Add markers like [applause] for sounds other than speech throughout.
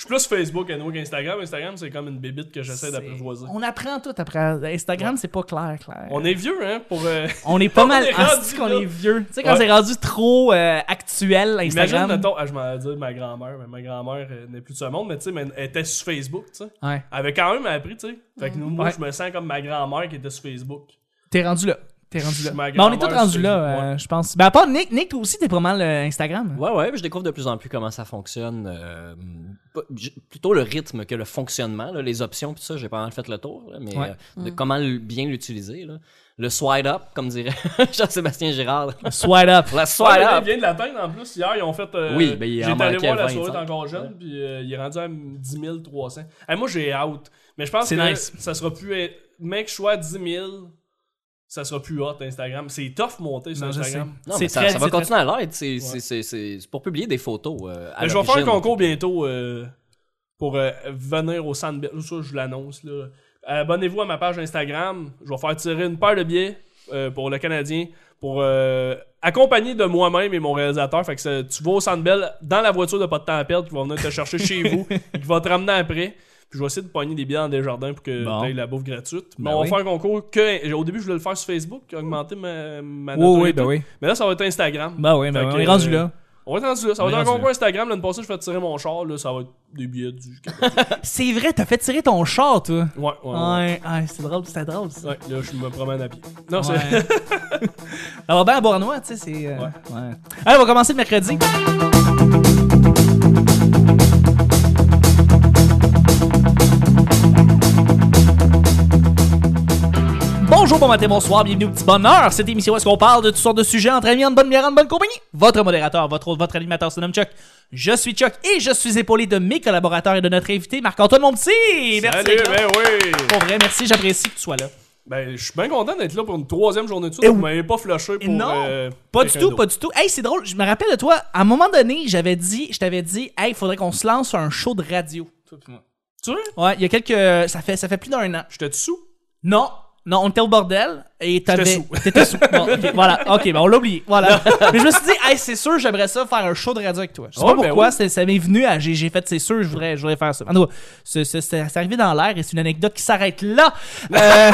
suis plus Facebook à nous qu'Instagram. Instagram, c'est comme une bébite que j'essaie C'est- d'apprivoiser. On apprend tout après. Instagram, c'est pas clair, clair. On est vieux, hein, pour. euh, On est [laughs] pas On mal. est Ah, rendu c'est qu'on là. est vieux. Tu sais, quand Ouais. c'est rendu trop euh, actuel, Imagine, [laughs] Instagram. mettons, ah, je m'en vais dire ma grand-mère, mais ma grand-mère euh, n'est plus de ce monde, mais tu sais, mais elle était sur Facebook, tu sais. Ouais. Elle avait quand même appris, tu sais. Fait que nous, moi, Ouais. je me sens comme ma grand-mère qui était sur Facebook. T'es rendu là. T'es rendu là. Ma Ben, on est tous grand-mère, rendus c'est- là, euh, je pense. Ben, à part Nick, Nick, toi aussi, t'es pas mal euh, Instagram. Ouais, ouais, puis je découvre de plus en plus comment ça fonctionne. euh, pas- j- plutôt le rythme que le fonctionnement, là, les options, puis ça, j'ai pas mal fait le tour, là, mais Ouais. euh, de comment l- bien l'utiliser. là. Le swipe up, comme dirait [laughs] [laughs] Jean-Sébastien Girard. Swipe up. La Ouais, swipe mais là, up! il vient de l'atteindre en plus. Hier, ils ont fait. euh, Oui, ben, il en J'étais allé manquait voir la 25. soirée t'es encore jeune, puis euh, il est rendu à 10 300. Hey, moi, j'ai out. Mais je pense C'est que nice. ça sera plus. eh, Mec, je suis à 10 000, ça sera plus hot Instagram. C'est tough monter [laughs] sur Non, je Instagram. sais. Non, C'est mais ça, très- ça va c'est très- continuer à l'être. C'est c'est- c'est- c'est- c'est pour publier des photos. euh, à Mais je vais faire un l'origine. concours bientôt euh, pour euh, venir au centre Bell. Ça, je l'annonce. là. Abonnez-vous à ma page Instagram. Je vais faire tirer une paire de billets euh, pour le Canadien pour euh, accompagner de moi-même et mon réalisateur. Fait que ça- tu vas au centre Bell dans la voiture de pas de temps à perdre qui va venir te chercher [laughs] chez vous et qui va te ramener après. Puis je vais essayer de pogner des billets dans des jardins pour que Bon. tu la bouffe gratuite. Mais Ben on va oui. faire un concours que. Au début, je voulais le faire sur Facebook, augmenter ma, ma Oui, oui, notoriété. ben oui. Mais là, ça va être Instagram. Ben oui, ben Fait oui, que, on est rendu euh, là. on est rendu là. Ça On va est être un rendu concours Instagram. L'année passée, je fais tirer mon char. Là, ça va être des billets du. ouais, C'est vrai, t'as fait tirer ton char, toi. ouais, ouais. Ouais, ouais, c'est drôle, c'était drôle, ça. Ouais, là, je me promène à pied. Non, [laughs] c'est. Ouais. [laughs] Alors, ben, à Bournois, tu sais, c'est. euh, Ouais. ouais. Allez, on va commencer le mercredi. Bonjour, bon matin, bonsoir, bienvenue au petit bonheur. Cette émission où est-ce qu'on parle de toutes sortes de sujets entre amis, en bonne bière, en bonne compagnie. Votre modérateur, votre hôte, votre animateur se nomme Chuck. Je suis Chuck et je suis épaulé de mes collaborateurs et de notre invité Marc-Antoine Monpetit. Merci. Salut, d'être là. ben oui! Pour vrai, merci, j'apprécie que tu sois là. Ben, je suis bien content d'être là pour une troisième journée de suite. Et Vous Eh oui. m'avez pas flushé pour. Et non, euh, pas du quelqu'un tout, d'autre. pas du tout. Hey, c'est drôle, je me rappelle de toi, à un moment donné, j'avais dit, je t'avais dit, hey, il faudrait qu'on se lance sur un show de radio. Tu vois, Ouais, il y a quelques. Ça fait, ça fait plus d'un an. j'étais dessous. Non, non, on était au bordel et t'avais. sous. [laughs] T'étais sous. Bon, ok, voilà, ok, ben on l'a oublié. Voilà. [laughs] Mais je me suis dit, hey, c'est sûr, j'aimerais ça faire un show de radio avec toi. Je sais Ouais, pas ben pourquoi, oui. c'est- ça m'est venu à. J'ai j'ai fait, c'est sûr, je voudrais, je voudrais faire ça. En tout cas, c'est- c'est c'est- c'est arrivé dans l'air et c'est une anecdote qui s'arrête là. Euh,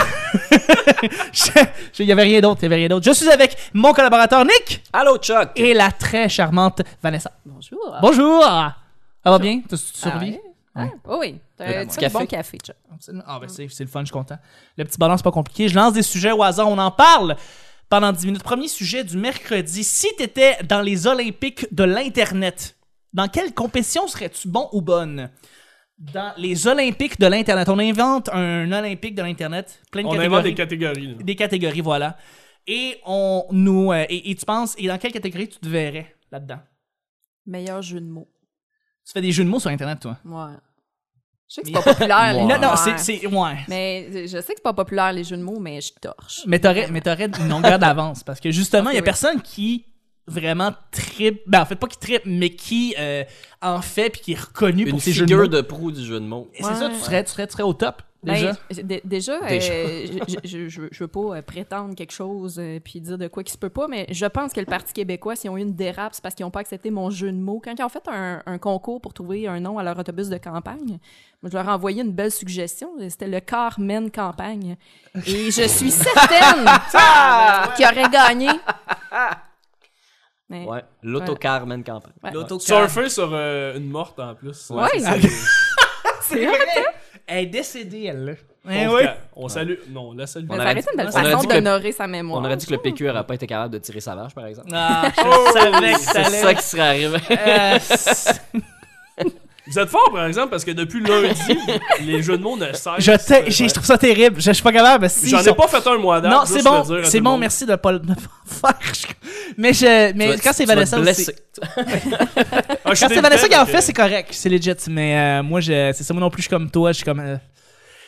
[laughs] je- je- Il y avait rien d'autre, il y avait rien d'autre. Je suis avec mon collaborateur Nick. Allô, Chuck! et la très charmante Vanessa. Bonjour. Bonjour! Ça va bien? Tu, tu survis? Ah, ouais. Ah, oui, oui. T'as Un un petit bon café. café, Chuck. Absolument. Ah ben c'est c'est le fun, je suis content. Le petit ballon, c'est pas compliqué. Je lance des sujets au hasard, on en parle pendant 10 minutes. Premier sujet du mercredi. Si t'étais dans les Olympiques de l'Internet, dans quelle compétition serais-tu bon ou bonne? Dans les Olympiques de l'Internet. On invente un Olympique de l'Internet. Plein de On invente des catégories. catégories. là. des catégories, voilà. Et on nous... euh, et, et tu penses... Et dans quelle catégorie tu te verrais là-dedans? Meilleur jeu de mots. Tu fais des jeux de mots sur Internet, toi? Ouais. Je sais que c'est [laughs] pas populaire, les Non, non, Ouais. c'est. c'est ouais. Mais, Mais je sais que c'est pas populaire, les jeux de mots, mais je torche. t'aurais, mais t'aurais une longueur d'avance. Parce que justement, il y a oui. personne qui vraiment tripe. Ben, en fait, pas qui tripe, mais qui euh, en fait puis qui est reconnu Une pour ses jeux de. figure mots. de proue du jeu de mots. Et C'est ça, Ouais. tu serais, tu, serais, tu serais au top, Ben, déjà. j- d- déjà, euh, Déjà. je, je, je veux- je veux pas euh, prétendre quelque chose euh, puis dire de quoi qui se peut pas, mais je pense que le Parti québécois, s'ils ont eu une dérape, c'est parce qu'ils ont pas accepté mon jeu de mots. Quand ils ont fait un, un concours pour trouver un nom à leur autobus de campagne, moi, je leur ai envoyé une belle suggestion. C'était le Carmen Campagne. Et je [laughs] suis certaine Ah! qu'ils auraient gagné. Mais- Ouais. L'autocar mène campagne. Ouais. Surfer sur euh, une morte en plus. Ouais, ça, c'est- c'est- c'est vrai. Elle est décédée, elle, là. En [laughs] Eh tout oui. cas, On salue. Non, on la salue. On Mais ça aurait aurait été une dit- belle on aurait façon dit que le- d'honorer sa mémoire. On aurait dit que le PQ n'aurait pas été capable de tirer sa vache, par exemple. Ah, je savais que ça Oh, C'est allait. ça qui serait arrivé. Euh, c'est- Vous êtes fort, par exemple, parce que depuis [laughs] lundi, les jeux de mots ne cessent. je, te- j'ai- je trouve ça terrible. Je, je suis pas capable. mais Si J'en ils sont- ai pas fait un mois d'avant. Non, c'est bon. C'est bon, merci de pas le [laughs] de pas le faire. Mais, je, mais Tu vas- quand c'est tu vas te Vanessa aussi. blesser. Ah, Quand c'est Vanessa qui en fait, c'est correct, c'est legit. Mais euh, moi, je, c'est ça, moi non plus, je suis comme toi, je suis comme. euh,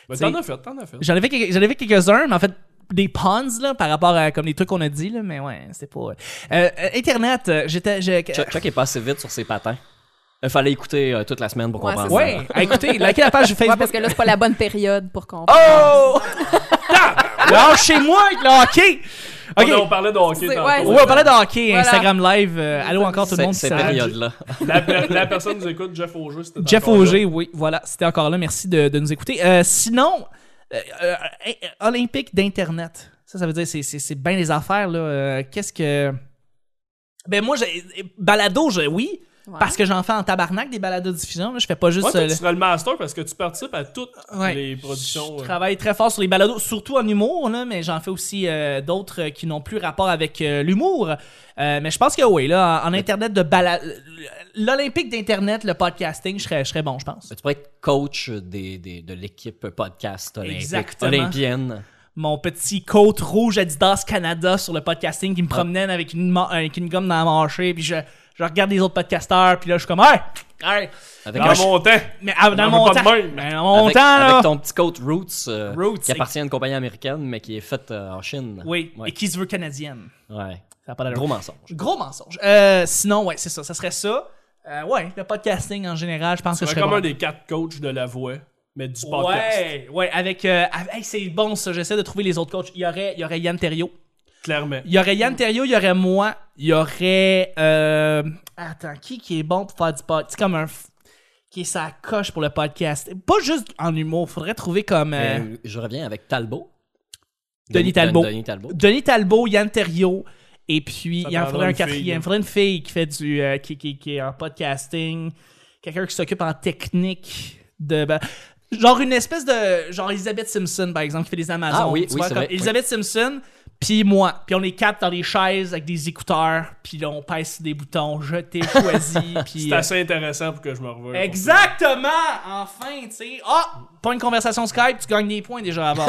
Ben, t'en as fait, t'en as fait. j'en avais, quelques- j'en avais quelques-uns, mais en fait, des puns, là, par rapport à comme les trucs qu'on a dit, là, mais ouais, c'est pas. euh, euh, Internet, euh, j'étais. je- Chuck, Chuck est passé vite sur ses patins. Il fallait écouter euh, toute la semaine pour Ouais, comprendre. c'est ouais, ça. ah, écoutez, likez la page Ouais, Facebook. parce que là, c'est pas la [laughs] Oh! bonne période pour qu'on. Ah, ben, Oh! Lâchez-moi avec le hockey! Ok. On, on parlait de hockey C'est- tantôt. ouais, Ouais, on parlait de hockey, Voilà. Instagram Live. euh, allô encore tout le monde. Cette qui s'arrête. période-là. [laughs] La, per- la personne qui nous écoute, Jeff Auger, c'était Jeff encore là. Auger, oui, voilà, c'était encore là. Merci de, de nous écouter. Euh, sinon, euh, euh, euh, Olympique d'Internet. Ça, ça veut dire, c'est- c'est c'est bien les affaires, là. Euh, Qu'est-ce que. Ben, moi, j'ai- balado, je- oui, Ouais. parce que j'en fais en tabarnak des balados diffusion. Là. Je fais pas juste. Ouais, toi, euh, tu seras le master parce que tu participes à toutes Ouais. les productions. Je euh, travaille très fort sur les balados, surtout en humour, là, mais j'en fais aussi euh, d'autres euh, qui n'ont plus rapport avec euh, l'humour. Euh, mais je pense que oui, là, en, en Internet de balade. L'Olympique d'Internet, le podcasting, je serais, je serais bon, je pense. Tu pourrais être coach des, des- de l'équipe podcast olympique, Exactement. olympienne. Mon petit coat rouge Adidas Canada sur le podcasting Ah. qui me promenait avec une, ma- euh, avec une gomme dans la mâchée, puis je, je regarde les autres podcasteurs, puis là, je suis comme, hey! Hey! Avec, Dans un- mon temps. Mais ah, dans On mon veut pas temps! de même. Mais dans mon avec- temps, là! avec ton petit coach Roots, euh, Roots, qui appartient à une compagnie américaine, mais qui est faite euh, en Chine. Oui, Ouais. et qui se veut canadienne. Ouais. Ça a pas d'allure. Gros mensonge. Gros mensonge. Euh, sinon, ouais, c'est ça. Ça serait ça. Euh, ouais, le podcasting en général, je pense Tu que je serais comme serais bon. un des quatre coachs de la voix, mais du podcast. Ouais, ouais, avec. euh, avec- hey, c'est bon ça, j'essaie de trouver les autres coachs. Il y aurait, il y aurait Yann Terriot. Clairement. Il y aurait Yann Terriot, il y aurait moi. Il y aurait. euh, Attends, qui qui est bon pour faire du podcast? C'est comme un. f- Qui est sa coche pour le podcast. Pas juste en humour, faudrait trouver comme. euh, Euh, je reviens avec Talbot. Denis Talbot. Denis Talbot. Denis Talbot, Yann Terriot, et puis Ça il en faudrait prendrait un une quatrième. fille. Il en faudrait une fille qui fait du. euh, qui, qui, qui est en podcasting, quelqu'un qui s'occupe en technique de. ben, genre une espèce de. Genre Elizabeth Simpson, par exemple, qui fait des Amazons. Ah oui, tu oui, vois, c'est comme vrai, Elizabeth Simpson, puis moi. Puis on est quatre dans des chaises avec des écouteurs, puis là on pèse sur des boutons, je t'ai [laughs] choisi, puis. euh, C'est assez intéressant pour que je me revoie. Exactement! Enfin, tu sais. Ah! Pas une conversation Skype, tu gagnes des points déjà [laughs] à bord.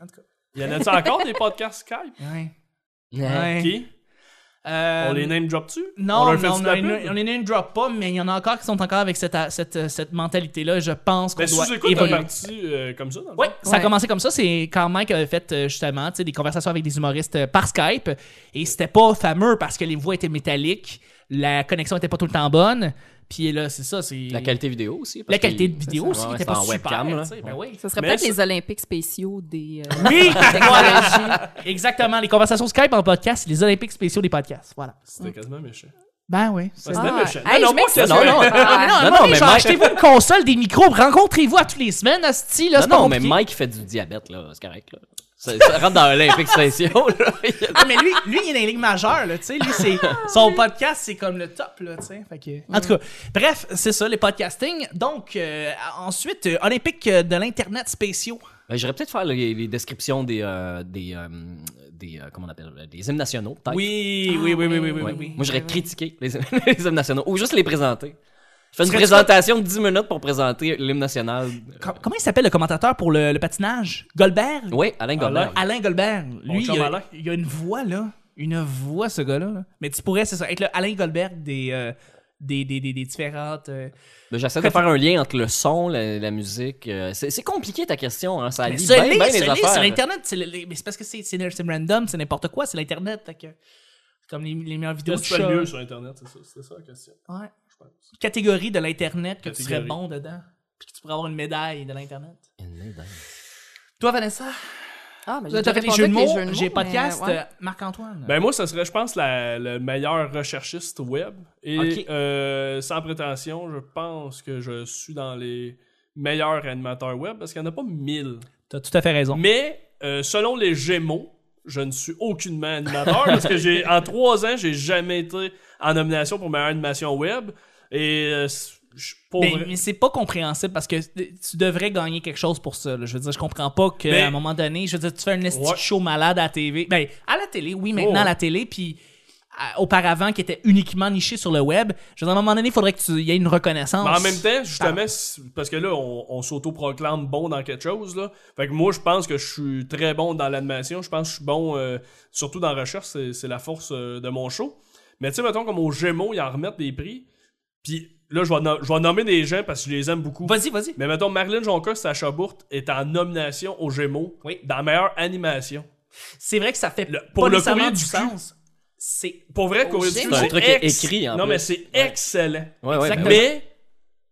en tout cas. Il y en a-tu encore des podcasts [laughs] Skype? Ouais. Ouais. Ouais. Qui? Euh, On les name drop-tu? Non, on on leur fait non, de on la a- pub? on les ne drop pas, mais il y en a encore qui sont encore avec cette, cette, cette mentalité-là. Je pense qu'on Mais si doit vous écoutez, évoluer. parti Ben, euh, comme ça. dans le Ouais, fond. ça a Ouais. commencé comme ça. C'est quand Mike avait fait euh, justement tu sais, des conversations avec des humoristes euh, par Skype. Et c'était pas fameux parce que les voix étaient métalliques, la connexion était pas tout le temps bonne. Puis là, c'est ça. c'est La qualité vidéo aussi. parce La qualité qu'il- de vidéo c'est aussi ça, ouais, était c'est pas en super. webcam. là. tu sais, ben Ouais. oui. Ce serait Mais peut-être ça- les Olympiques spéciaux des. [laughs] euh, Oui, voilà. technologies. [laughs] exactement. Les conversations Skype en podcast, c'est les Olympiques spéciaux des podcasts. Voilà. C'était quasiment méchant. Ben oui. c'est- C'était Ah, méchant. hey, non, je moi, c'est m'excuse. ça. Non, non, Ah, Non, Non, non, non, mais mais genre, Mike- achetez-vous une console, des micros, rencontrez-vous à toutes les semaines, Asti, là, c'est pas Non, non, mais compliqué. Mike fait du diabète, là. C'est correct, là. Ça, ça rentre dans l'Olympique spéciaux, [laughs] là. Ah, mais lui, lui, il est dans les ligues majeures, là, tu sais, lui, c'est... Son podcast, c'est comme le top, là, tu sais, fait que- Ah, En tout cas, bref, c'est ça, les podcasting. Donc, euh, ensuite, euh, Olympique euh, de l'Internet spéciaux. Ben, J'irais peut-être faire les, les descriptions des, euh, des, euh, des euh, comment on appelle, euh, des hymnes nationaux, peut-être. Oui, oui, oui, oui, oui, oui, Ouais. oui. Moi, Ouais, j'irais ouais. critiquer les, les hymnes [laughs] nationaux ou juste les présenter. Je fais une Serais-tu- présentation de 10 minutes pour présenter l'hymne national. Com- Comment il s'appelle, le commentateur pour le, le patinage? Goldberg? Oui, Alain Goldberg. Alain Goldberg. Lui, chum il a, Alain. il a une voix, là. Une voix, ce gars-là. là. Mais tu pourrais, c'est ça, être le Alain Goldberg des... euh, des, des, des, des différentes... euh, Ben, J'essaie de faire un lien entre le son, la, la musique. euh, C'est c'est compliqué ta question, hein. Ça Mais lit ce bien, lit, bien ce les lit sur affaires. Internet, c'est le- les- mais c'est parce que c'est c'est c'est random, c'est n'importe quoi, c'est l'Internet. fait que c'est Comme les, les meilleures vidéos Qu'est-ce de que tu fais chat. le mieux sur Internet? C'est ça, c'est ça la question. Ouais. je pense. Catégorie de l'Internet que tu Catégorie. serais bon dedans. Puis que tu pourrais avoir une médaille de l'Internet. Une médaille. Toi, Vanessa, Ah, mais tu as j'ai fait les répondu jeux de avec les mots. jeux de J'ai mots, podcast, mais, ouais. euh, Marc-Antoine. Ben moi, ça serait, je pense, la, le meilleur recherchiste web. Et Ok. euh, sans prétention, je pense que je suis dans les meilleurs animateurs web parce qu'il n'y en a pas mille. T'as tout à fait raison. Mais euh, selon les Gémeaux, je ne suis aucunement animateur parce que j'ai en trois ans, j'ai jamais été en nomination pour meilleure animation web. Et euh, je pour Mais, vrai- Ben, mais c'est pas compréhensible parce que tu devrais gagner quelque chose pour ça. là. Je veux dire, je comprends pas qu'à Mais- un moment donné, je veux dire, tu fais un esti de Ben, Ouais. Oh, show malade à la TV. Ben, à la télé, oui, maintenant Ouais, ouais. à la télé, puis à- auparavant qui était uniquement niché sur le web. Je veux dire, à un moment donné, il faudrait que tu y ait une reconnaissance. Mais en même temps, justement, c'est- parce que là, on, on s'auto-proclame bon dans quelque chose. Là. Fait que moi, je pense que je suis très bon dans l'animation. Je pense que je suis bon, euh, surtout dans la recherche, c'est c'est la force euh, de mon show. Mais tu sais, mettons, comme aux Gémeaux, ils en remettent des prix. Puis là, je vais, nom- je vais nommer des gens parce que je les aime beaucoup. Vas-y, vas-y. Mais mettons, Marilyn Jonca, Sacha Bourte est en nomination aux Gémeaux Oui. dans meilleure animation. C'est vrai que ça fait Le- pour pour pas le nécessairement courrier du du cul. sens. C'est Pour vrai, Courrier du Gémeaux. Cul, C'est un truc ex- écrit, en Non, plus. mais c'est excellent. Ouais, ouais, ben Mais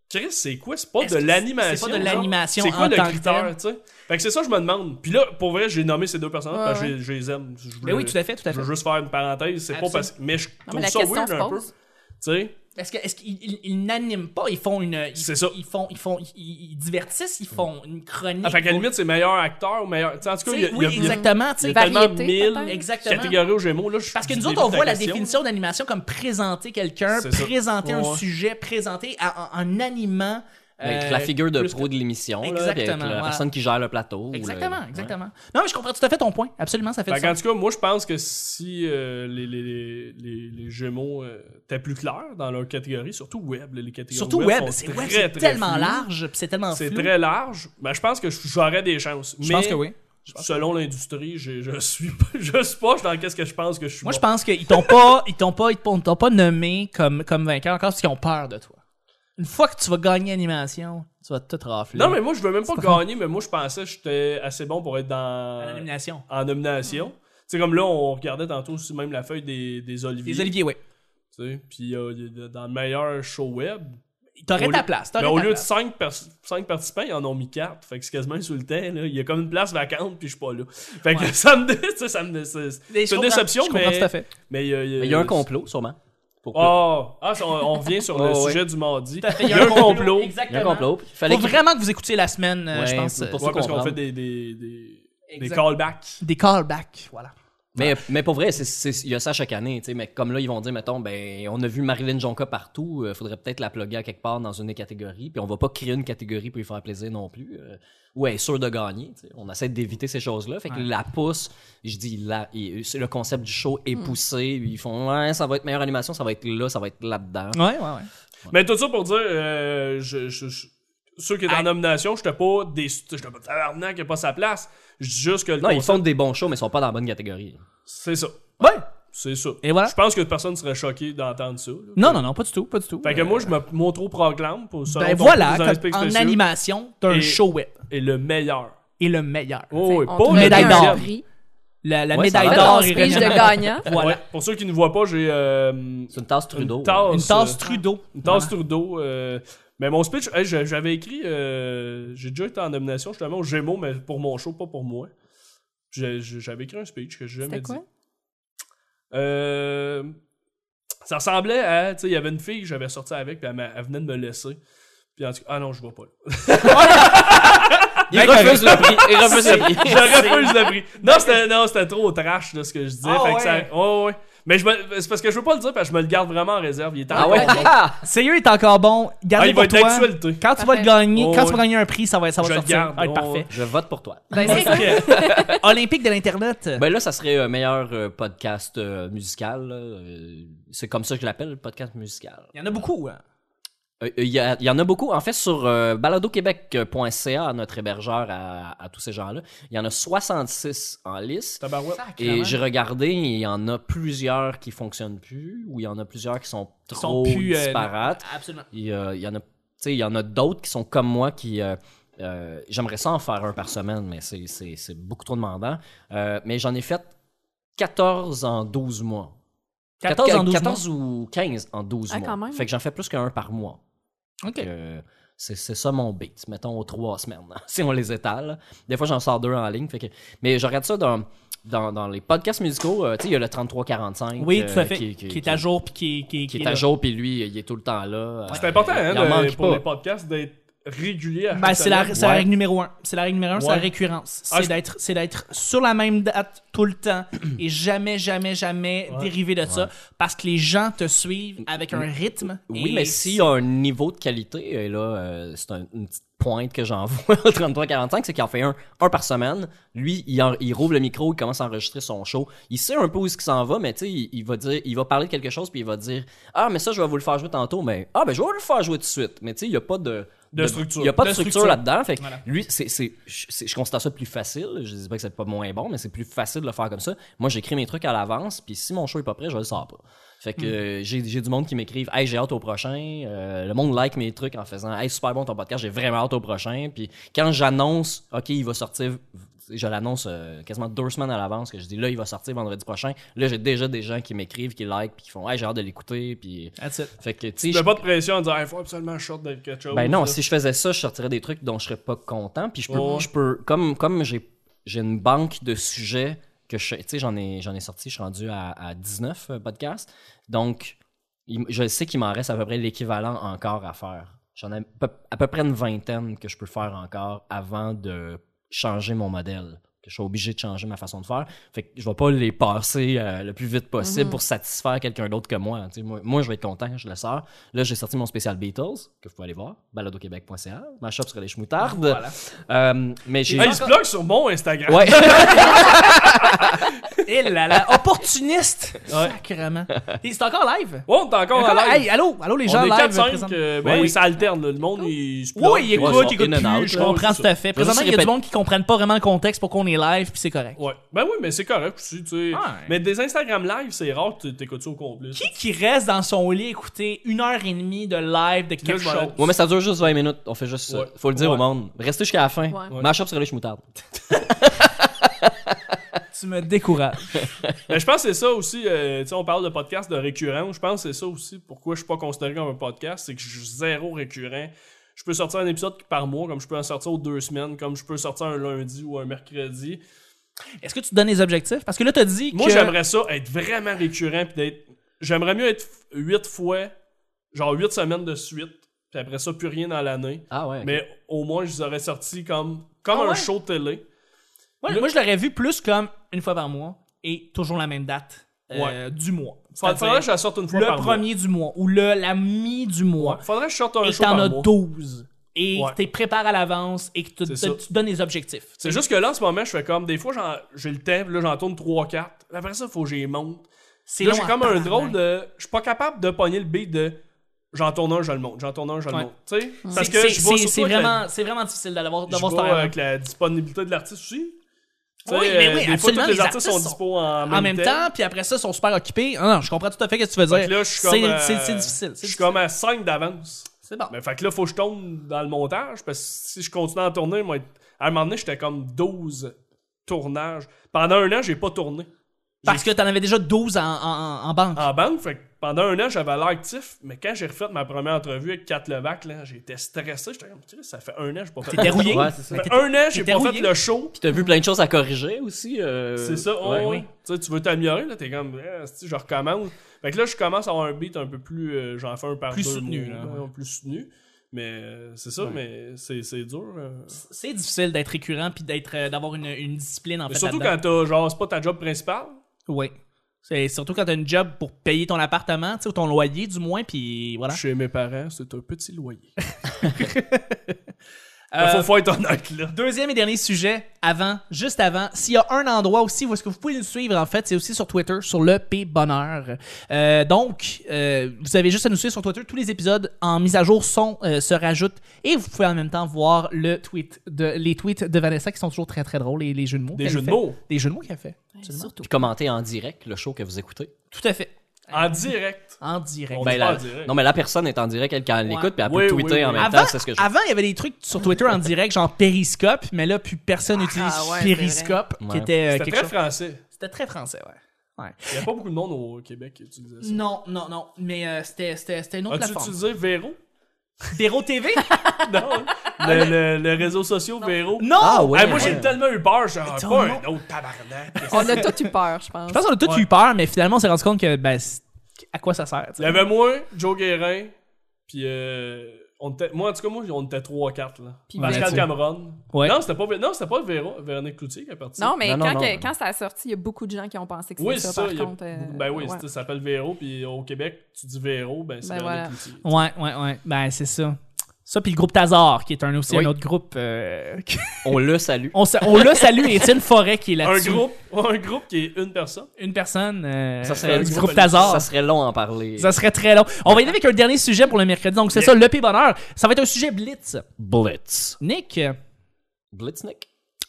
Chris, c'est quoi? C'est pas Est-ce de que c'est- l'animation. c'est pas de genre? l'animation C'est en quoi le tant que critère, tel? tu sais? Fait que c'est ça, je me demande. Puis là, pour vrai, j'ai nommé ces deux personnages Ouais, parce que ouais. je, je les aime. Je voulais, Mais Ben oui, tout à fait, tout à je fait. veux juste faire une parenthèse. C'est pas Absolument. parce que. Mais je Non, mais trouve la ça question weird se un peu. Tu pose. sais? Est-ce que est-ce qu'ils ils- ils n'animent pas Ils font une. Ils, C'est ça. Ils font ils font ils, ils divertissent. Ils font une chronique. Ah, fait qu'à la ils font- limite, c'est meilleur acteur ou meilleur. tu sais, en tout cas, Tu il sais, y a, il y oui, a- il y a exactement. tu sais. il y a tellement Variété, mille peut-être. Exactement. catégories aux Gémeaux. Là, je- Parce que je nous débute autres, on voit la question. définition d'animation comme présenter quelqu'un, C'est ça. présenter un Ouais. sujet, présenter à- en, en animant. Ben, Avec euh, la figure de plus pro de l'émission, là, puis avec la Exactement, voilà. personne qui gère le plateau. ou le- Exactement, ouais. exactement. Non, mais je comprends tout à fait ton point. Absolument, ça fait, Fait du qu'en sens. tout cas, moi, je pense que si euh, les, les, les, les, les Gémeaux euh, étaient plus clairs dans leur catégorie, surtout web, là, les catégories Surtout web, sont c'est très, web, très c'est tellement floues. large, puis c'est tellement C'est flou. très large. Ben, je pense que j'aurais des chances. Je Mais pense que oui. Selon l'industrie, j'ai- je suis pas, [laughs] je suis pas dans qu'est-ce que je pense que je suis. Moi, je bon. pense qu'ils t'ont pas, ils t'ont pas, ils t'ont t'ont pas nommé comme, comme vainqueur encore parce qu'ils ont peur de toi. Une fois que tu vas gagner animation, tu vas tout rafler. Non, mais moi, je veux même pas gagner, mais moi, je pensais que j'étais assez bon pour être dans. la nomination. en nomination. C'est comme là, on regardait tantôt aussi même la feuille des, des Oliviers. Les Olivier, oui. tu sais. Puis euh, il y a- dans le meilleur show web, T'aurais Au ta lieu- place. Mais t'aurais au ta lieu de place. 5, participants, ils en ont mis 4. Fait que c'est quasiment insultant. Là. Il y a comme une place vacante, puis je suis pas là. Fait que [laughs] Ouais. ça me dé- tu sais, ça me dé- c'est- Mais C'est je une comprends- déception, je mais. comprends tout à fait. mais euh, il y a, il y a- Mais il y a un complot, sûrement. Pour que- Oh, Ah, ah, ça, on, on revient sur le Oh, ouais. sujet du mardi. Il y a un complot. Il y a un Exactement. complot. puis il Faut fallait qu'il- vraiment que vous écoutiez la semaine, euh, Ouais, je pense. c'est pour euh, ça. Ouais, parce qu'on comprendre. fait des, des, des, des Exact. callbacks. Des callbacks, voilà. Mais, mais pour vrai, c'est- c'est- il y a ça chaque année. tu sais, Mais comme là, ils vont dire, mettons, ben, on a vu Marilyn Jonca partout, il faudrait peut-être la plugger à quelque part dans une des catégories. Puis on va pas créer une catégorie pour lui faire plaisir non plus. euh, ou elle est sûre de gagner. tu sais. On essaie d'éviter ces choses-là. Fait que la pousse, je dis, la, il- c'est le concept du show Mm. est poussé. Ils font, ouais, ça va être meilleure animation, ça va être là, ça va être là-dedans. Ouais, ouais, ouais. Mais tout ça pour dire, euh, je, je- je- ceux qui étaient en Hey. nomination, j'étais pas déçu. J'étais pas tabarnak, il n'y a pas sa place. Je dis juste que le Non, ils concept- font des bons shows, mais ils sont pas dans la bonne catégorie. C'est ça. Ouais. C'est ça. Et voilà. Je pense que personne serait choqué d'entendre ça. là. Non, non, non, pas du tout, pas du tout. Fait que moi, je me m'auto-proclame pour ça. Euh, ben voilà, comme en animation, t'as un Et- show web. Et le meilleur. Et le meilleur. Oh, oui, On pas te le met médaille un deuxième. d'or. prix. La, la Ouais, ça médaille va. d'or On se est pige de [laughs] retenue. gagnant. Voilà. Ouais, Pour ceux qui ne voient pas, j'ai euh, C'est une tasse Trudeau. une tasse. Une tasse euh, Trudeau. Une tasse Trudeau. euh, mais mon speech, hey, je- j'avais écrit. euh, j'ai déjà été en nomination justement au Gémeaux, mais pour mon show, pas pour moi. J'ai- j'ai- J'avais écrit un speech que j'ai jamais C'était dit. quoi? Euh, ça ressemblait à. Tu sais, il y avait une fille que j'avais sortie avec, puis elle, m'a- elle venait de me laisser. Puis en tout cas, ah non, je vois pas. [laughs] là. Il refuse le prix. Il refuse le prix. [laughs] je refuse le prix. Non, c'était, non, c'était trop trash, là, ce que je disais. Ah fait que ouais. ça- ouais, ouais. Mais je me- c'est parce que je veux pas le dire, parce que je me le garde vraiment en réserve. Il est Ah encore [laughs] ouais? bon. Sérieux est encore bon. Ah, Gardez il pour va être toi. d'actualité. Quand tu vas le Parfait. gagner, Oh, quand tu oui. vas gagner un prix, ça va, ça va Je le sortir. garde, Ah, oh, parfait. Je vote pour toi. Ben, c'est ça. Ok. Olympique de l'internet. Ben là, ça serait un meilleur euh, podcast euh, musical. là. Euh, C'est comme ça que je l'appelle, le podcast musical. Il y en a beaucoup. hein. Euh, euh, Il y, a- il y en a beaucoup. En fait, sur euh, baladoquebec.ca, notre hébergeur à, à tous ces gens-là, il y en a 66 en liste. Tabarouette. Et j'ai regardé, et il y en a plusieurs qui fonctionnent plus, ou il y en a plusieurs qui sont Ils sont trop plus, euh, disparates. Absolument. Il y, a- il y en a, tu sais, il y en a d'autres qui sont comme moi qui. euh, euh, J'aimerais ça en faire un par semaine, mais c'est- c'est c'est beaucoup trop demandant. Euh, mais j'en ai fait 14 en 12 mois. 14 en 12 14 ou 15 en 12 Ah, mois. quand même. Fait que j'en fais plus qu'un par mois. OK. Fait que C'est c'est ça mon beat, mettons aux trois semaines, [laughs] si on les étale. Des fois, j'en sors deux en ligne. Fait que... Mais je regarde ça dans, dans, dans les podcasts musicaux. euh, tu sais, il y a le 33-45. Oui, euh, tout à fait. Qui, Qui, qui- est à jour puis qui est, qui est- qui qui est est à là. jour, puis lui, il est tout le temps là. C'est important, hein, Il en de- manque pour pas. les podcasts, d'être régulier à Ben, chaque c'est la, semaine. c'est la Ouais. règle numéro un. C'est la règle numéro un, c'est Ouais. la récurrence. C'est Ah, je- d'être, c'est d'être sur la même date tout [clears throat] le temps et jamais, jamais, jamais Ouais. dériver de ça parce que les gens te suivent avec un Mm. rythme. Oui, et mais s'il y a un niveau de qualité, et là, euh, c'est un- une petite pointe que j'envoie [laughs] au 33-45, c'est qu'il en fait un, un par semaine. Lui, il, en- il rouvre le micro, il commence à enregistrer son show. Il sait un peu où est-ce qu'il s'en va, mais tu sais, il, il va dire, il va parler de quelque chose, puis il va dire Ah, mais ça, je vais vous le faire jouer tantôt, mais Ah, ben, je vais vous le faire jouer tout de suite. Mais tu sais, il n'y a pas de. De structure. Il n'y a pas de, De structure, structure. là-dedans. Fait que Voilà. lui, c'est, c'est- je, c'est- je considère ça plus facile. Je dis pas que c'est pas moins bon, mais c'est plus facile de le faire comme ça. Moi, j'écris mes trucs à l'avance, puis si mon show est pas prêt, je le sors pas. Fait que euh, j'ai, j'ai du monde qui m'écrivent Hey, j'ai hâte au prochain. Euh, le monde like mes trucs en faisant Hey, super bon ton podcast, j'ai vraiment hâte au prochain. Puis quand j'annonce OK, il va sortir je l'annonce euh, quasiment deux semaines à l'avance que je dis là, il va sortir vendredi prochain. Là, j'ai déjà des gens qui m'écrivent, qui like, puis qui font, hey, j'ai hâte de l'écouter. Puis. That's it. Fait que, Tu tu sais, mets je- pas de pression en disant, il faut absolument short de quelque chose. ben non, là. si je faisais ça, je sortirais des trucs dont je serais pas content. Puis je peux, Ouais. je peux comme, comme j'ai, j'ai une banque de sujets que je, tu sais, j'en ai, j'en ai sorti, je suis rendu à, à 19 euh, podcasts. Donc, il- je sais qu'il m'en reste à peu près l'équivalent encore à faire. J'en ai à peu, à peu près une vingtaine que je peux faire encore avant de changer mon modèle. Que je suis obligé de changer ma façon de faire. Fait que je vais pas les passer euh, le plus vite possible Mhm. pour satisfaire quelqu'un d'autre que moi. Tu sais, moi. Moi, je vais être content, je le sors. Là, j'ai sorti mon spécial Beatles, que vous pouvez aller voir, baladoquebec.ca, ma shop sur les chemoutardes. Euh, mais j'ai. Ah, il se bloque sur mon Instagram. [laughs] Ouais. Et Eh là là, [laughs] opportuniste! Sacrement. Et C'est encore live? Ouais, on est encore Encore à live. l'aise. Hey, allô, allô les gens On est live. 4-5, présentement. euh, ben, Ouais. ça alterne. là. Le monde, il se bloque. Oui, il Ouais, écoute, il ils sont écoute in and plus, out, je là, comprends c'est tout à fait. Présentement, il Juste y a du répéter. monde qui comprennent pas vraiment le contexte pour qu'on est live, puis c'est correct. Ouais. Ben oui, mais c'est correct aussi, tu sais. Ouais. Mais des Instagram live, c'est rare que tu t'écoutes ça au complet. Qui qui reste dans son lit écouter une heure et demie de live de quelque je m'en chose? vais. Ouais, mais ça dure juste 20 minutes. On fait juste ça. Ouais. Faut le dire Ouais. au monde. Restez jusqu'à la fin. Ouais. Ma shop sur les chemoutardes. Tu me décourages. Mais Ben, je pense que c'est ça aussi. euh, tu sais, on parle de podcast de récurrent. Je pense que c'est ça aussi pourquoi je suis pas considéré comme un podcast. C'est que je suis zéro récurrent. Je peux sortir un épisode par mois, comme je peux en sortir aux deux semaines, comme je peux sortir un lundi ou un mercredi. Est-ce que tu te donnes les objectifs? Parce que là, t'as dit Moi, que... j'aimerais ça être vraiment récurrent. Puis d'être. J'aimerais mieux être 8 fois, genre 8 semaines de suite. Puis après ça, plus rien dans l'année. Ah ouais. ok. Mais au moins, je les aurais sortis comme, comme Ah un ouais? show de télé. Moi, Le- moi, je l'aurais vu plus comme une fois par mois et toujours la même date euh, du mois. Faudrait C'est-à-dire faudrait que je la sorte une fois le par mois. premier du mois ou le, la mi du mois. Ouais, Faudrait que je sorte un et show par t'en as mois. 12. Et Ouais. tu t'es préparé à l'avance et que tu, C'est te- ça. tu donnes les objectifs. C'est juste que là, en ce moment, je fais comme. Des fois, j'en- j'ai le temps, puis là, j'en tourne 3-4. Après ça, faut que j'y monte. C'est Là, long j'ai à hein. comme un tabarnak. drôle de. Je suis pas capable de pogner le beat de. J'en tourne un, je le monte. J'en tourne un, je le Ouais. Mm. monte. Tu sais? Parce C'est- que c'est- je vois c'est- surtout c'est avec la- vraiment, c'est vraiment difficile d'avoir je d'avoir vois euh, cette avec la disponibilité de l'artiste aussi. Tu sais, Oui, mais oui, euh, des fois, absolument, tous les, les artistes sont artistes dispo en même, en même temps, puis après ça, ils sont super occupés. Ah, non, je comprends tout à fait ce que tu veux Fait dire. que là, je suis C'est comme. euh, c'est- c'est difficile. Je c'est suis comme à 5 d'avance. difficile. C'est bon. Mais fait que là, faut que je tombe dans le montage, parce que si je continue à tourner, moi, à un moment donné, j'étais comme 12 tournages. Pendant un an, j'ai pas tourné. Parce que t'en avais déjà 12 en, en, en- en banque. en banque. Fait que pendant un an, j'avais l'air actif, mais quand j'ai refait ma première entrevue avec Kat Levac, là, j'étais stressé. J'étais comme, Christ, ça fait un an, j'ai pas fait. T'étais rouillé. Ouais, c'est ça. Ça fait un an, j'ai t'étais pas fait rouillé. le show. Puis t'as vu plein de choses à corriger aussi. euh, C'est ça, oh, ouais. ouais. Tu sais, tu veux t'améliorer, là, t'es comme, Eh, asti, je recommence. Fait que là, je commence à avoir un beat un peu plus, euh, j'en fais un par Plus deux soutenu, mois, là, ouais, plus soutenu. Mais euh, c'est ça, mais c'est c'est dur. euh. C'est difficile d'être récurrent puis d'être euh, d'avoir une, une discipline en Mais fait. surtout là-dedans. quand t'as, genre, c'est pas ta job principale. Oui. C'est surtout quand t'as une job pour payer ton appartement, tu sais, ou ton loyer du moins, puis voilà. Chez mes parents, c'est un petit [laughs] loyer. Euh, faut, faut être honnête, là. Deuxième et dernier sujet, avant, juste avant, s'il y a un endroit aussi où est-ce que vous pouvez nous suivre, en fait, c'est aussi sur Twitter, sur le P Bonheur. Euh, donc, euh, vous avez juste à nous suivre sur Twitter. Tous les épisodes en mise à jour sont, euh, se rajoutent et vous pouvez en même temps voir le tweet de, les tweets de Vanessa qui sont toujours très très drôles et les jeux de mots. Des qu'elle jeux de fait. mots. Des jeux de mots qu'elle fait. absolument. Surtout. Puis commenter en direct le show que vous écoutez. Tout à fait. En direct. En direct. On Ben, est la- pas en direct. Non, mais la personne est en direct, elle, quand elle Ouais. l'écoute, puis elle peut Oui, tweeter oui, oui. en même Avant, temps. C'est ce que je avant, il y avait des trucs sur Twitter en direct, genre Periscope, mais là, plus personne n'utilise ouais, c'est vrai. Periscope, qui Ouais. était euh, C'était quelque très chose. français. C'était très français, ouais. ouais. Il n'y a pas beaucoup de monde au Québec qui utilisait ça. Non, non, non, mais euh, c'était- c'était c'était une autre As-tu plateforme. utilisé [laughs] Véro? Véro TV? Non. hein? le, le, le réseau social Véro? [laughs] Ah, Non! Ah ouais. Hey, moi, j'ai tellement eu peur. J'ai ah, Tout pas le monde- un autre tabarnak. On a tout eu peur, je pense. Je pense qu'on a tous Ouais. eu peur, mais finalement, on s'est rendu compte que, ben, c'est- à quoi ça sert? Il y avait moi, Joe Guérin, puis... Euh, on était, moi, en tout cas, moi, on était 3-4, là. Puis Pascal Véro. Cameron. Ouais. Non, c'était pas, Vé- non, c'était pas Véro, Véronique Cloutier qui est partie. Non, mais Non, non, quand, non, que- non. quand ça a sorti, il y a beaucoup de gens qui ont pensé que c'était Oui, c'est ça, ça. par il y a- contre. euh, ben oui, ouais. c'est- ça s'appelle Véro, puis au Québec, tu dis Véro, ben c'est Ben Véronique voilà. Cloutier. Ouais, ouais, ouais. Ben, c'est ça. Ça, puis le groupe Tazar, qui est un, aussi Oui. un autre groupe. euh, [laughs] qui- On le salue. on, sa- on le salue, Étienne Forêt, qui est Un là-dessus. groupe, [laughs] un groupe qui est une personne. Une personne euh, Ça du serait- un groupe groupe- Tazar. Ça serait long à en parler. Ça serait très long. On va y aller avec un dernier sujet pour le mercredi. Donc, c'est ça, le P bonheur. Ça va être un sujet blitz. Blitz. Nick, Blitznik.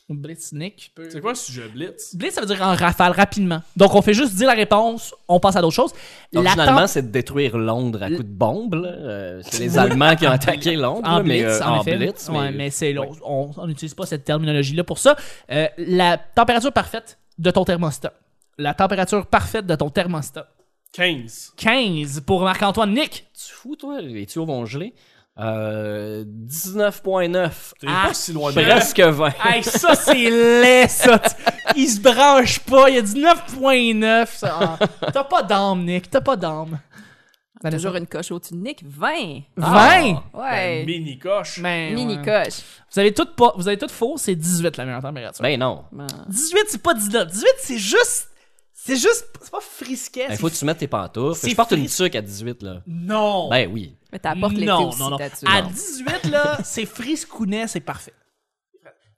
Blitz, Nick. C'est quoi le sujet blitz? Blitz, ça veut dire en rafale, rapidement. Donc, on fait juste dire la réponse, on passe à d'autres choses. Donc, La finalement, temp- c'est de détruire Londres à coups de bombe. là. Euh, [laughs] c'est les Allemands qui ont attaqué Londres, en là, mais blitz, euh, en, en effet. blitz. Ouais, mais- mais c'est long. on on n'utilise pas cette terminologie-là pour ça. Euh, la température parfaite de ton thermostat. La température parfaite de ton thermostat. 15. 15 pour Marc-Antoine Nick. Tu fous, toi? Les tuyaux vont geler. Euh, 19.9. T'es Ah, pas Ah. si loin de là. Presque 20. Hey, ça, c'est laid, ça. Il se branche pas. Il y a 19.9. ça. Ah, T'as pas d'âme, Nick. T'as pas d'âme. Toujours une coche au-dessus de Nick. 20! 20! Ouais! Mini coche. Ben, Mini ouais. coche. Vous avez tout pas, vous avez tout faux, c'est 18 la meilleure température. Ben non. Ben, 18 c'est pas 19, 18 c'est juste c'est juste c'est pas frisquet. Ben, Il c'est faut que tu mettes tes pantoufles. c'est Je porte une frisque. tuque à 18, là. Non. Ben oui. Mais t'apportes l'été non, aussi non, non. là-dessus. À 18 là, c'est friscounet, c'est parfait.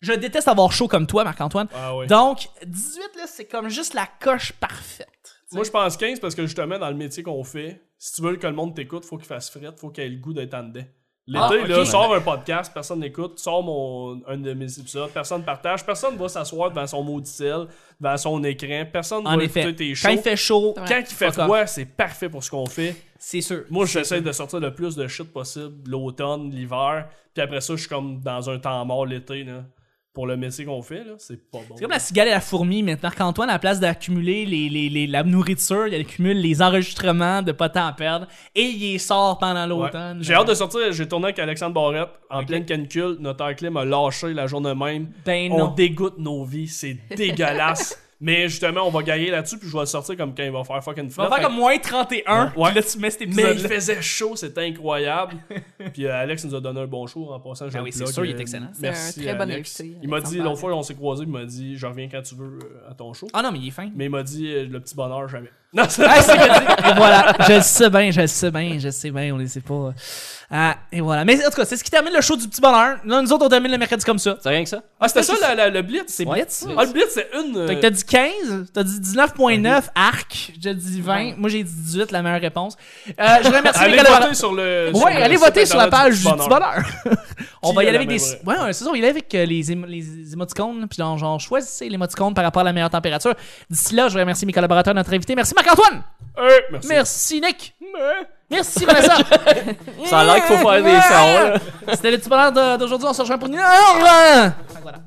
Je déteste avoir chaud comme toi Marc-Antoine. Ah ouais. Donc 18 là, c'est comme juste la coche parfaite. Moi, je pense 15 parce que justement, dans le métier qu'on fait, si tu veux que le monde t'écoute, faut qu'il fasse frette, faut qu'il ait le goût d'être en dedans. L'été, Ah, ok. là, sors un podcast, personne n'écoute, sors mon, un de mes épisodes, personne partage, personne va s'asseoir devant son maudit cell, devant son écran, personne En va effet, écouter tes shows. quand il fait chaud, Ouais. Quand il fait Fuck off. froid, c'est parfait pour ce qu'on fait. c'est sûr. Moi, j'essaie de sortir le plus de shit possible l'automne, l'hiver, puis après ça, je suis comme dans un temps mort l'été, là. Pour le métier qu'on fait, là, c'est pas bon. C'est comme la cigale et la fourmi maintenant. Qu'Antoine, à la place d'accumuler les, les, les- la nourriture, il accumule les enregistrements de pas temps à perdre et il les sort pendant Ouais. l'automne. J'ai hâte de sortir. J'ai tourné avec Alexandre Barrette en pleine canicule. Notre air clim a lâché la journée même. Ben on non. dégoûte nos vies. [laughs] C'est dégueulasse. Mais justement, on va gagner là-dessus. Puis je vais le sortir comme quand il va faire fucking On fret. va faire comme moins 31, Ouais. puis là tu mets cet Mais épisode il faisait chaud. C'était [laughs] incroyable. puis euh, Alex nous a donné un bon show en passant. je Ah le oui, c'est plug, sûr, il euh, est excellent. C'est Merci. un très bon Alex. invité, Il m'a Alexandre dit, l'autre Barrette. fois, on s'est croisés. Il m'a dit, je reviens quand tu veux euh, à ton show. Ah non, mais il est fin. Mais il m'a dit, euh, le petit bonheur, jamais. Non, c'est [laughs] Ah, c'est petit. Et voilà, je le sais bien, je le sais bien, je le sais bien, on les sait pas. Ah, et voilà. Mais en tout cas, c'est ce qui termine le show du petit bonheur. Là, nous autres, on termine le mercredi comme ça. C'est rien que ça? Ah, c'était ça la- la- le blitz? C'est Ouais. blitz. Ah, le blitz, c'est une. euh, Fait que t'as dit 15, t'as dit 19.9, arc, j'ai dit 20, moi j'ai dit 18, la meilleure réponse. Euh, je remercie Allez Nicolas Barra- voter sur le. sur Ouais, le allez site voter sur la internet page du petit bonheur. on Qui va y a aller la avec des. même Ouais, c'est ça, on va y aller avec euh, les, émo- les émoticônes. Puis genre, genre, choisissez l'émoticône par rapport à la meilleure température. D'ici là, je remercie mes collaborateurs, notre invité. Merci Marc-Antoine. Euh, merci. Merci Nick. Merci Vanessa. Ça a l'air qu'il faut faire des sons, là. hein! C'était le petit bonheur de- d'aujourd'hui. On se rejoint pour une. Ah, ouais. Fait que voilà.